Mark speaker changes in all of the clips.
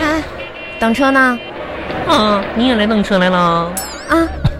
Speaker 1: 哎等车呢？
Speaker 2: 啊，你也来等车来了？
Speaker 1: 啊，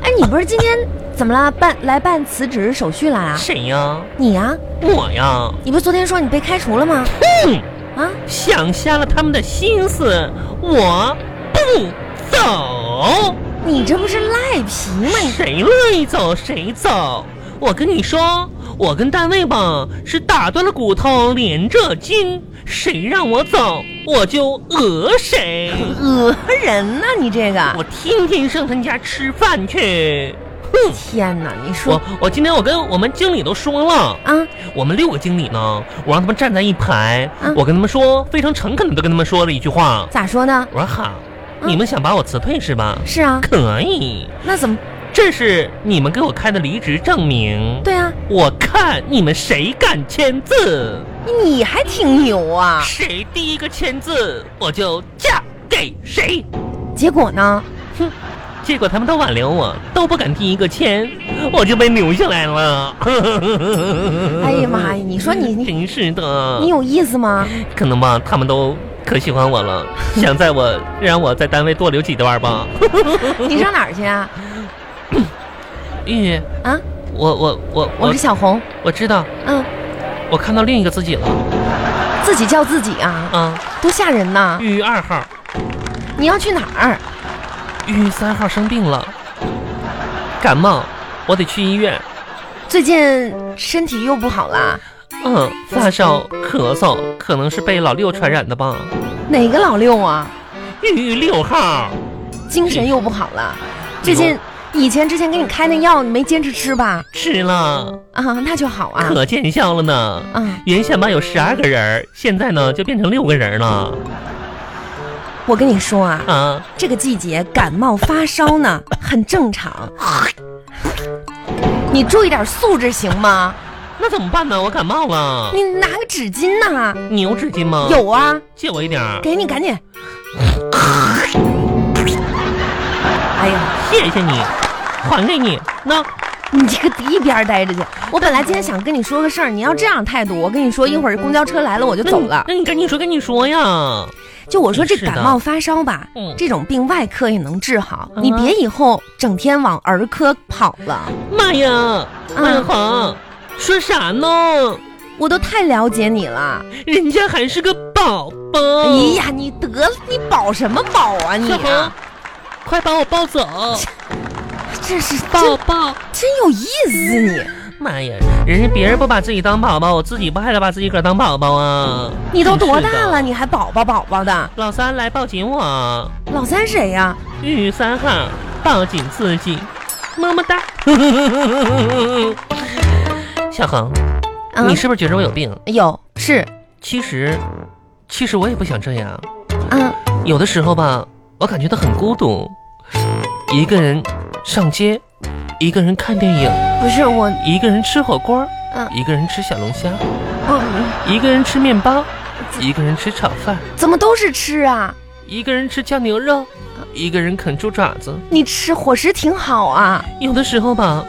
Speaker 1: 哎，你不是今天怎么了？办来办辞职手续来啊？
Speaker 2: 谁呀？
Speaker 1: 你呀、
Speaker 2: 我呀，
Speaker 1: 你不是昨天说你被开除了吗？
Speaker 2: 嗯，
Speaker 1: 啊，
Speaker 2: 想瞎了他们的心思，我不走。
Speaker 1: 你这不是赖皮吗？你
Speaker 2: 谁乐意走谁走。我跟你说，我跟单位吧是打断了骨头连着筋，谁让我走我就讹谁。
Speaker 1: 讹人呢、你这个！
Speaker 2: 我天天上他们家吃饭去。哼，
Speaker 1: 天哪，你说
Speaker 2: 我我今天我跟我们经理都说了，
Speaker 1: 啊，
Speaker 2: 我们六个经理呢，我让他们站在一排，
Speaker 1: 嗯
Speaker 2: 我跟他们说，非常诚恳的都跟他们说了一句话，
Speaker 1: 咋说呢？
Speaker 2: 我说好，
Speaker 1: 嗯
Speaker 2: 你们想把我辞退是吧？
Speaker 1: 是啊，
Speaker 2: 可以，
Speaker 1: 那怎么？
Speaker 2: 这是你们给我开的离职证明。
Speaker 1: 对啊，
Speaker 2: 我看你们谁敢签字，
Speaker 1: 你还挺牛啊！
Speaker 2: 谁第一个签字，我就嫁给谁。
Speaker 1: 结果呢？
Speaker 2: 哼，结果他们都挽留我，都不敢第一个签，我就被留下来了。
Speaker 1: 哎呀妈呀！你说你你
Speaker 2: 真是的，
Speaker 1: 你有意思吗？
Speaker 2: 可能吧，他们都可喜欢我 了，想在我让我在单位多留几段 吧。
Speaker 1: 你上哪儿去啊？
Speaker 2: 玉玉，
Speaker 1: 啊，
Speaker 2: 我我我
Speaker 1: 我是小红，
Speaker 2: 我知道，
Speaker 1: 嗯，
Speaker 2: 我看到另一个自己了
Speaker 1: 自己叫自己啊，
Speaker 2: 啊，
Speaker 1: 多吓人呐！
Speaker 2: 玉玉二号，
Speaker 1: 你要去哪儿？
Speaker 2: 玉玉三号生病了，感冒，我得去医院。
Speaker 1: 最近身体又不好啦？
Speaker 2: 嗯，发烧、咳嗽，可能是被老六传染的吧。
Speaker 1: 哪个老六啊？
Speaker 2: 玉玉六号，
Speaker 1: 精神又不好了？最近以前之前给你开那药，你没坚持吃吧？
Speaker 2: 吃了，
Speaker 1: 啊，那就好啊。
Speaker 2: 可见效了呢。
Speaker 1: 啊，
Speaker 2: 原先吧有十二个人儿，现在呢就变成六个人儿了
Speaker 1: 我跟你说啊，
Speaker 2: 啊！
Speaker 1: 这个季节感冒发烧呢，很正常。你注意点素质行吗？
Speaker 2: 那怎么办呢？我感冒了，
Speaker 1: 你拿个纸巾呐、
Speaker 2: 你有纸巾吗？，
Speaker 1: 有啊，
Speaker 2: 借我一点儿。
Speaker 1: 给你，赶紧。哎呀，
Speaker 2: 谢谢你，还给你。那
Speaker 1: 你这个一边儿待着去。我本来
Speaker 2: 嗯
Speaker 1: 今天想跟你说个事儿，你要这样态度，我跟你说，一会儿公交车来了我就
Speaker 2: 那
Speaker 1: 走
Speaker 2: 你
Speaker 1: 了。
Speaker 2: 那你赶紧说，赶紧说呀。
Speaker 1: 就我说这
Speaker 2: 嗯是的
Speaker 1: 感冒发烧吧
Speaker 2: 嗯，
Speaker 1: 这种病外科也能治好，
Speaker 2: 嗯
Speaker 1: 你别以后整天往儿科跑了。
Speaker 2: 妈呀，
Speaker 1: 嗯
Speaker 2: 万恒，说啥呢？
Speaker 1: 我都太了解你了。
Speaker 2: 人家还是个宝宝。
Speaker 1: 哎呀，你得了，你保什么保啊你
Speaker 2: 小
Speaker 1: 啊
Speaker 2: 红？，快把我抱走，
Speaker 1: 这是
Speaker 2: 抱
Speaker 1: 真
Speaker 2: 抱！
Speaker 1: 真有意思你，
Speaker 2: 妈呀，人家别人不把自己当宝宝，我自己不还得把自己个儿当宝宝啊？
Speaker 1: 你都多
Speaker 2: 真是
Speaker 1: 大
Speaker 2: 的
Speaker 1: 了，？你还宝宝宝宝的？
Speaker 2: 老三来抱紧我，
Speaker 1: 老三谁呀、
Speaker 2: 玉三号抱紧自己，么么哒。 小恒，
Speaker 1: 啊
Speaker 2: 你是不是觉着我有病？
Speaker 1: 有是
Speaker 2: 其实，其实我也不想这样。
Speaker 1: 啊，
Speaker 2: 有的时候吧，我感觉到很孤独，一个人上街，一个人看电影，
Speaker 1: 不是我，
Speaker 2: 一个人吃火锅，
Speaker 1: 嗯哦
Speaker 2: 一个人吃小龙虾，
Speaker 1: 不
Speaker 2: 一个人吃面包，一个人吃炒饭，
Speaker 1: 怎么都是吃啊？
Speaker 2: 一个人吃酱牛肉，一个人啃猪爪子。
Speaker 1: 你吃伙食挺好啊，
Speaker 2: 有的时候吧，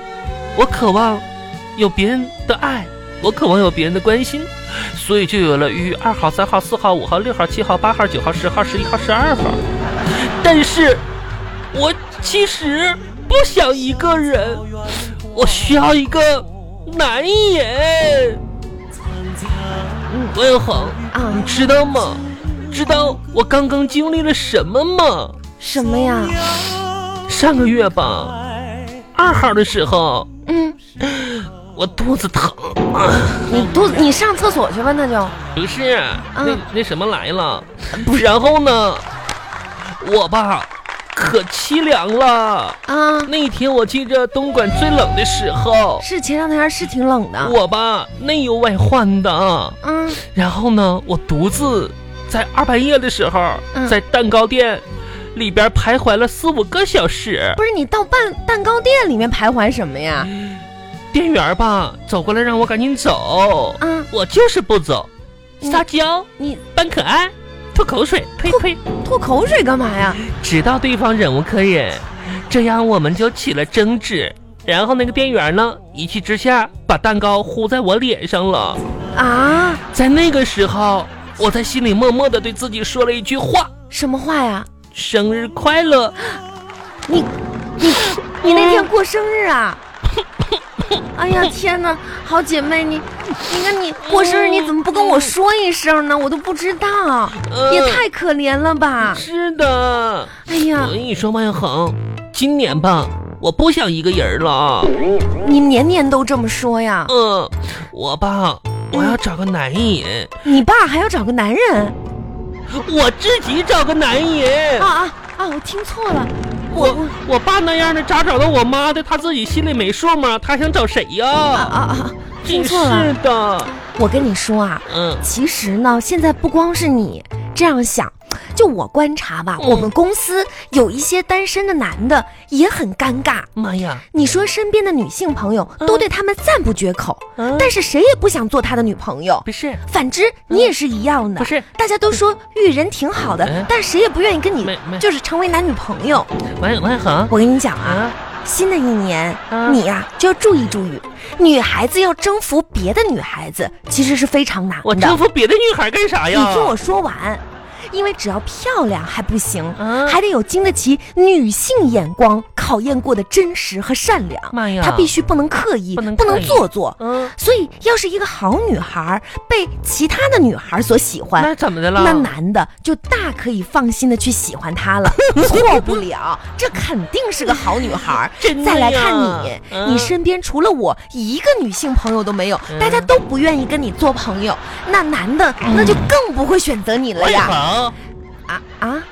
Speaker 2: 我渴望有别人的爱，我渴望有别人的关心，所以就有了于二号、三号、四号、五号、六号、七号、八号、九号、十号、十一号、十二号。但是，我其实不想一个人，我需要一个男人。嗯我也好，
Speaker 1: 啊
Speaker 2: 你知道吗？知道我刚刚经历了什么吗？
Speaker 1: 什么呀？
Speaker 2: 上个月吧，二号的时候，
Speaker 1: 嗯，
Speaker 2: 我肚子疼，
Speaker 1: 你肚子你上厕所去吧，那就
Speaker 2: 不是、那
Speaker 1: 嗯
Speaker 2: 那什么来了，然后呢，我吧可凄凉了。
Speaker 1: 啊。
Speaker 2: 那一天我记着东莞最冷的时候，
Speaker 1: 是前两天是挺冷的，
Speaker 2: 我吧内忧外患的。
Speaker 1: 嗯
Speaker 2: 然后呢，我独自在二半夜的时候，
Speaker 1: 嗯
Speaker 2: 在蛋糕店里边徘徊了四五个小时。
Speaker 1: 不是你到蛋蛋糕店里面徘徊什么呀？
Speaker 2: 店员吧走过来让我赶紧走，
Speaker 1: 啊，
Speaker 2: 我就是不走，
Speaker 1: 嗯
Speaker 2: 撒娇。
Speaker 1: 你
Speaker 2: 扮可爱，吐口水，呸呸，
Speaker 1: 吐口水干嘛呀？
Speaker 2: 直到对方忍无可忍，这样我们就起了争执。然后那个店员呢，一气之下把蛋糕糊在我脸上了。
Speaker 1: 啊，
Speaker 2: 在那个时候，我在心里默默的对自己说了一句话
Speaker 1: 什么话呀？：“
Speaker 2: 生日快乐！
Speaker 1: 你你你那天过生日 啊？哎呀天哪，好姐妹，你你看你过生日你怎么不跟我说一声呢？我都不知道，
Speaker 2: 呃
Speaker 1: 也太可怜了吧！
Speaker 2: 是的，
Speaker 1: 哎呀
Speaker 2: 我，跟你说，万恒，今年吧，我不想一个人了。
Speaker 1: 你年年都这么说呀？
Speaker 2: 嗯，我吧，我要找个男人，
Speaker 1: 你爸还要找个男人？
Speaker 2: 我自己找个男人
Speaker 1: 啊。啊啊！我听错了，我
Speaker 2: 我我爸那样的，咋找到我妈的？他自己心里没数吗？他想找谁
Speaker 1: 啊
Speaker 2: 呀？
Speaker 1: 啊啊！听
Speaker 2: 真
Speaker 1: 错了
Speaker 2: 是，的，
Speaker 1: 我跟你说啊，
Speaker 2: 嗯
Speaker 1: 其实呢，现在不光是你这样想，就我观察吧，
Speaker 2: 嗯
Speaker 1: 我们公司有一些单身的男的也很尴尬。
Speaker 2: 妈呀，
Speaker 1: 你说身边的女性朋友
Speaker 2: 嗯
Speaker 1: 都对他们赞不绝口，
Speaker 2: 嗯
Speaker 1: 但是谁也不想做他的女朋友。
Speaker 2: 不是，嗯
Speaker 1: 反之，你也是一样的。
Speaker 2: 不是
Speaker 1: 大家都说遇人挺好的
Speaker 2: 嗯，
Speaker 1: 但谁也不愿意跟你
Speaker 2: 没没
Speaker 1: 就是成为男女朋友。
Speaker 2: 王万恒
Speaker 1: 我跟你讲啊，
Speaker 2: 啊，
Speaker 1: 新的一年
Speaker 2: 嗯
Speaker 1: 你呀、就要注意注意，女孩子要征服别的女孩子其实是非常难的。
Speaker 2: 我征服别的女孩干啥
Speaker 1: 你
Speaker 2: 呀？
Speaker 1: 听我说完，因为只要漂亮还不行，
Speaker 2: 嗯
Speaker 1: 还得有经得起女性眼光考验过的真实和善良。
Speaker 2: 妈呀
Speaker 1: 她必须不能刻意，
Speaker 2: 不能
Speaker 1: 不能
Speaker 2: 刻意
Speaker 1: 做作。
Speaker 2: 嗯，
Speaker 1: 所以，要是一个好女孩被其他的女孩所喜欢
Speaker 2: 那，怎么的了？
Speaker 1: 那男的就大可以放心的去喜欢她 了，错不了。这肯定是个好女孩。
Speaker 2: 真的
Speaker 1: 再
Speaker 2: 呀
Speaker 1: 来看你，
Speaker 2: 嗯
Speaker 1: 你身边除了我一个女性朋友都没有，
Speaker 2: 嗯
Speaker 1: 大家都不愿意跟你做朋友，那男的那就更不会选择你了
Speaker 2: 万
Speaker 1: 呀！
Speaker 2: 恒，
Speaker 1: 啊啊！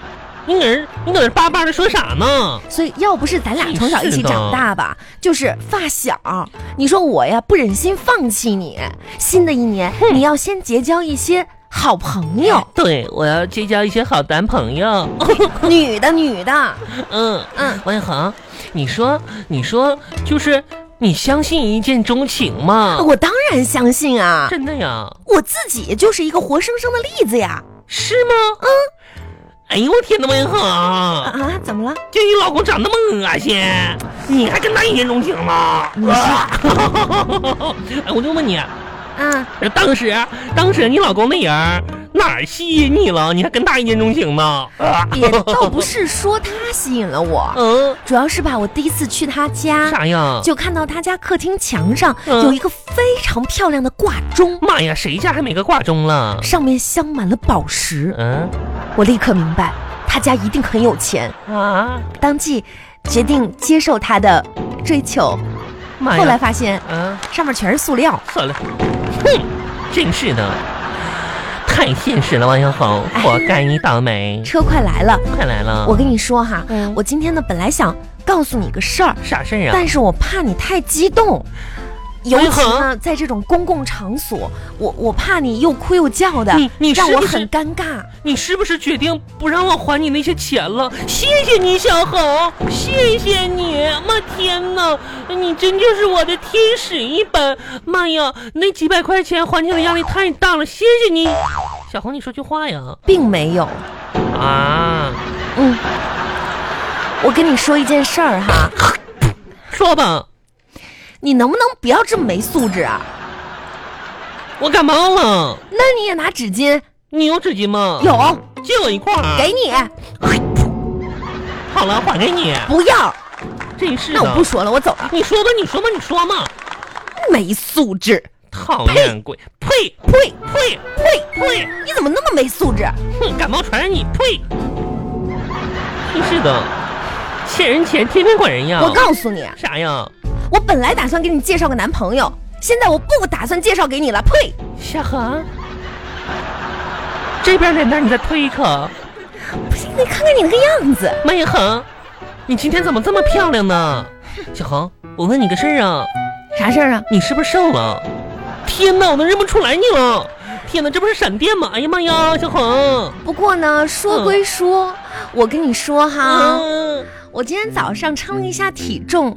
Speaker 2: 你搁这你搁这叭叭的说啥呢？
Speaker 1: 所以要不是咱俩
Speaker 2: 真
Speaker 1: 从小一
Speaker 2: 是
Speaker 1: 起
Speaker 2: 的
Speaker 1: 长大
Speaker 2: 哎
Speaker 1: 吧，就是发小，你说我呀不忍心放弃你。新的一年，你要先结交一些好朋 友，
Speaker 2: 对，我要结交一些好男朋友。
Speaker 1: 女的女的，
Speaker 2: 嗯
Speaker 1: 嗯
Speaker 2: 嗯，王一恒，你说，你说，就是你相信一见钟情吗？
Speaker 1: 我当然相信啊，
Speaker 2: 真的呀？
Speaker 1: 我自己就是一个活生生的例子呀！
Speaker 2: 是吗？嗯。哎呦我天呐，王一
Speaker 1: 啊
Speaker 2: 恒，
Speaker 1: 啊，怎么了？
Speaker 2: 就你老公长那么恶心，你还跟他一见钟情吗？
Speaker 1: 你是
Speaker 2: 啊 哎，我就问你，
Speaker 1: 啊，
Speaker 2: 当时当时你老公那人儿哪儿吸引你了？你还跟他一见钟情呢？啊
Speaker 1: 也倒不是说他吸引了我，
Speaker 2: 嗯，
Speaker 1: 主要是吧，我第一次去他家，
Speaker 2: 啥呀？
Speaker 1: 就看到他家客厅墙上
Speaker 2: 嗯
Speaker 1: 有一个非常漂亮的挂钟，
Speaker 2: 妈呀，谁家还没个挂钟了？
Speaker 1: 上面镶满了宝石。
Speaker 2: 嗯
Speaker 1: 我立刻明白，他家一定很有钱，
Speaker 2: 啊，
Speaker 1: 当即决定接受他的追求。
Speaker 2: 妈哎呀！
Speaker 1: 后来发现
Speaker 2: 啊，
Speaker 1: 上面全是塑料，
Speaker 2: 算了，哼，真是的，太现实了，王小红，
Speaker 1: 哎
Speaker 2: 活该你倒霉。
Speaker 1: 车快来了。
Speaker 2: 快来了，
Speaker 1: 我跟你说哈，
Speaker 2: 嗯
Speaker 1: 我今天呢本来想告诉你个事儿，
Speaker 2: 啥事儿啊？
Speaker 1: 但是我怕你太激动。尤
Speaker 2: 哎
Speaker 1: 其呢，
Speaker 2: 哼
Speaker 1: 在这种公共场所，我我怕你又哭又叫的
Speaker 2: 嗯你，你
Speaker 1: 让
Speaker 2: 是
Speaker 1: 我
Speaker 2: 不是
Speaker 1: 很尴尬。
Speaker 2: 你是不是决定不让我还你那些钱了？谢谢你，小红，谢谢你！妈天哪，你真就是我的天使一般！妈呀，那几百块钱还钱的压力太大了，谢谢你，小红，你说句话呀！
Speaker 1: 并没有。
Speaker 2: 啊，
Speaker 1: 嗯，我跟你说一件事儿哈，
Speaker 2: 说吧，
Speaker 1: 你能不能不要这么没素质啊？
Speaker 2: 我感冒了，
Speaker 1: 那你也拿纸巾，
Speaker 2: 你有纸巾吗？
Speaker 1: 有，
Speaker 2: 借我一块儿。
Speaker 1: 给你，
Speaker 2: 好了，还给你。
Speaker 1: 不要。
Speaker 2: 真是的。
Speaker 1: 那我不说了，我走了。
Speaker 2: 你说吧，你说吧，你说嘛。
Speaker 1: 没素质，
Speaker 2: 讨厌鬼，呸
Speaker 1: 呸
Speaker 2: 呸！
Speaker 1: 呸
Speaker 2: 呸！
Speaker 1: 你怎么那么没素质？
Speaker 2: 哼，感冒传染你，呸！真是的，欠人钱天天管人要。
Speaker 1: 我告诉你，
Speaker 2: 啥呀？
Speaker 1: 我本来打算给你介绍个男朋友，现在我不打算介绍给你了。呸！
Speaker 2: 小恒，啊这边脸蛋你再推一口。
Speaker 1: 不信你看看你那个样子，
Speaker 2: 麦一恒，你今天怎么这么漂亮呢？小恒，我问你个事儿啊。
Speaker 1: 啥事儿啊？
Speaker 2: 你是不是瘦了？天哪，我都认不出来你了！天哪，这不是闪电吗？哎呀妈呀，小红，
Speaker 1: 嗯不过呢，说归说，我跟你说哈，
Speaker 2: 嗯，
Speaker 1: 我我今天早上称了一下体重，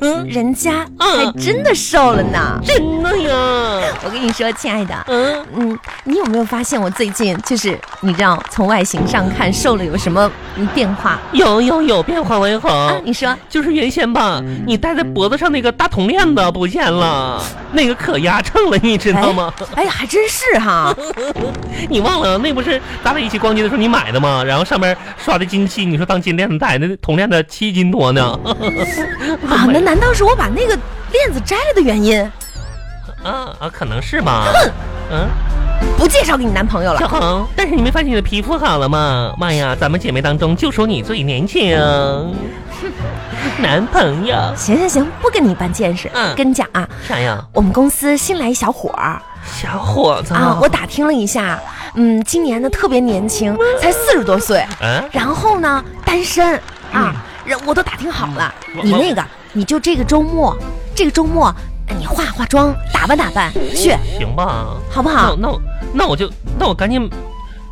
Speaker 1: 嗯人家还真的瘦了呢。
Speaker 2: 真的呀，
Speaker 1: 我跟你说，亲爱的，
Speaker 2: 嗯，
Speaker 1: 嗯，你有没有发现我最近就是你知道从外形上看瘦了有什么嗯变化
Speaker 2: 有有有变化为
Speaker 1: 啊
Speaker 2: 好？，
Speaker 1: 你说
Speaker 2: 就是原先吧，你戴在脖子上那个大铜链子不见了，那个可压秤了，你知道吗？
Speaker 1: 哎呀，还真是哈，哎
Speaker 2: 你忘了那不是咱俩一起逛街的时候你买的吗？然后上面刷的金漆，你说当金链子戴，那铜链子七斤多呢。
Speaker 1: 啊，那难道是我把那个链子摘了的原因？
Speaker 2: 啊啊，可能是吧。嗯，
Speaker 1: 不介绍给你男朋友
Speaker 2: 小
Speaker 1: 了？
Speaker 2: 红，但是你没发现你的皮肤好了吗？妈呀，咱们姐妹当中就属你最年轻。 男朋友
Speaker 1: 行行行，不跟你办见识。
Speaker 2: 嗯
Speaker 1: 跟你讲啊，
Speaker 2: 啥呀？
Speaker 1: 我们公司新来一小伙儿
Speaker 2: 小伙子
Speaker 1: 啊，我打听了一下，嗯，今年呢特别年轻，才四十多岁，
Speaker 2: 嗯，
Speaker 1: 然后呢单身啊，人我都打听好了，
Speaker 2: 嗯
Speaker 1: 你那个你就这个周末，这个周末哎你化化妆，打扮打扮去，
Speaker 2: 行吧。
Speaker 1: 好不
Speaker 2: 那
Speaker 1: 好
Speaker 2: 我那我那我就那我赶紧，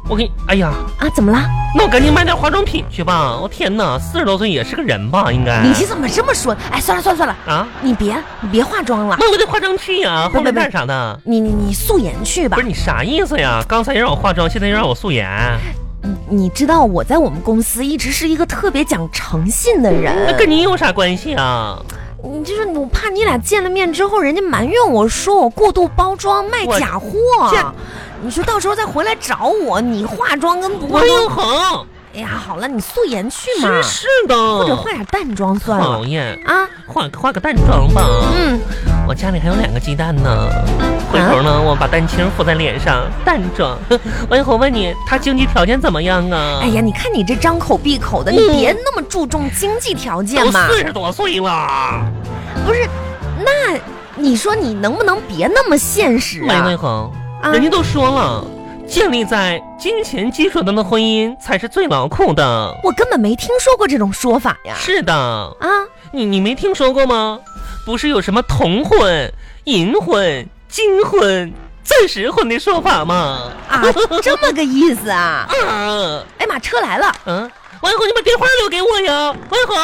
Speaker 2: 我给你，哎呀，
Speaker 1: 啊？怎么了？
Speaker 2: 那我赶紧买点化妆品去吧。我天哪，四十多岁也是个人吧？应该。
Speaker 1: 你怎么这么说？哎，算了算了算了，
Speaker 2: 啊？
Speaker 1: 你别你别化妆了，
Speaker 2: 那我得化妆去呀，
Speaker 1: 不不
Speaker 2: 后面
Speaker 1: 不
Speaker 2: 干啥的？
Speaker 1: 你你你素颜去吧
Speaker 2: 不是。你啥意思呀？刚才又让我化妆，现在又让我素颜，
Speaker 1: 你你知道我在我们公司一直是一个特别讲诚信的
Speaker 2: 那
Speaker 1: 人，
Speaker 2: 跟你有啥关系啊？
Speaker 1: 你就是我怕你俩见了面之后，人家埋怨我说我过度包装卖
Speaker 2: 我
Speaker 1: 假货
Speaker 2: 这，
Speaker 1: 你说到时候再回来找我，你化妆跟不化
Speaker 2: 我又
Speaker 1: 妆，
Speaker 2: 红，
Speaker 1: 哎呀，好了，你素颜去嘛，
Speaker 2: 真是的，
Speaker 1: 或者化点淡妆算
Speaker 2: 讨
Speaker 1: 了
Speaker 2: 厌，
Speaker 1: 啊。
Speaker 2: 化化个淡妆吧。
Speaker 1: 嗯，啊
Speaker 2: 我家里还有两个鸡蛋呢，回头呢，我把蛋清敷在脸上，淡 妆。我一会儿问你，他经济条件怎么样啊？
Speaker 1: 哎呀，你看你这张口闭口的，你
Speaker 2: 嗯
Speaker 1: 别那么注重经济条件
Speaker 2: 都
Speaker 1: 嘛。
Speaker 2: 四十多岁了，
Speaker 1: 不是，那你说你能不能别那么现实
Speaker 2: 玫瑰
Speaker 1: 啊？
Speaker 2: 红，
Speaker 1: 啊
Speaker 2: 人家都说了，建立在金钱基础上的婚姻才是最牢固的。
Speaker 1: 我根本没听说过这种说法呀。
Speaker 2: 是的，
Speaker 1: 啊，
Speaker 2: 你你没听说过吗？不是有什么同婚、银婚、金婚、钻石婚的说法吗？
Speaker 1: 啊，这么个意思啊！
Speaker 2: 啊，
Speaker 1: 哎妈，车来了，
Speaker 2: 嗯、王一红，你把电话留给我呀，王一红。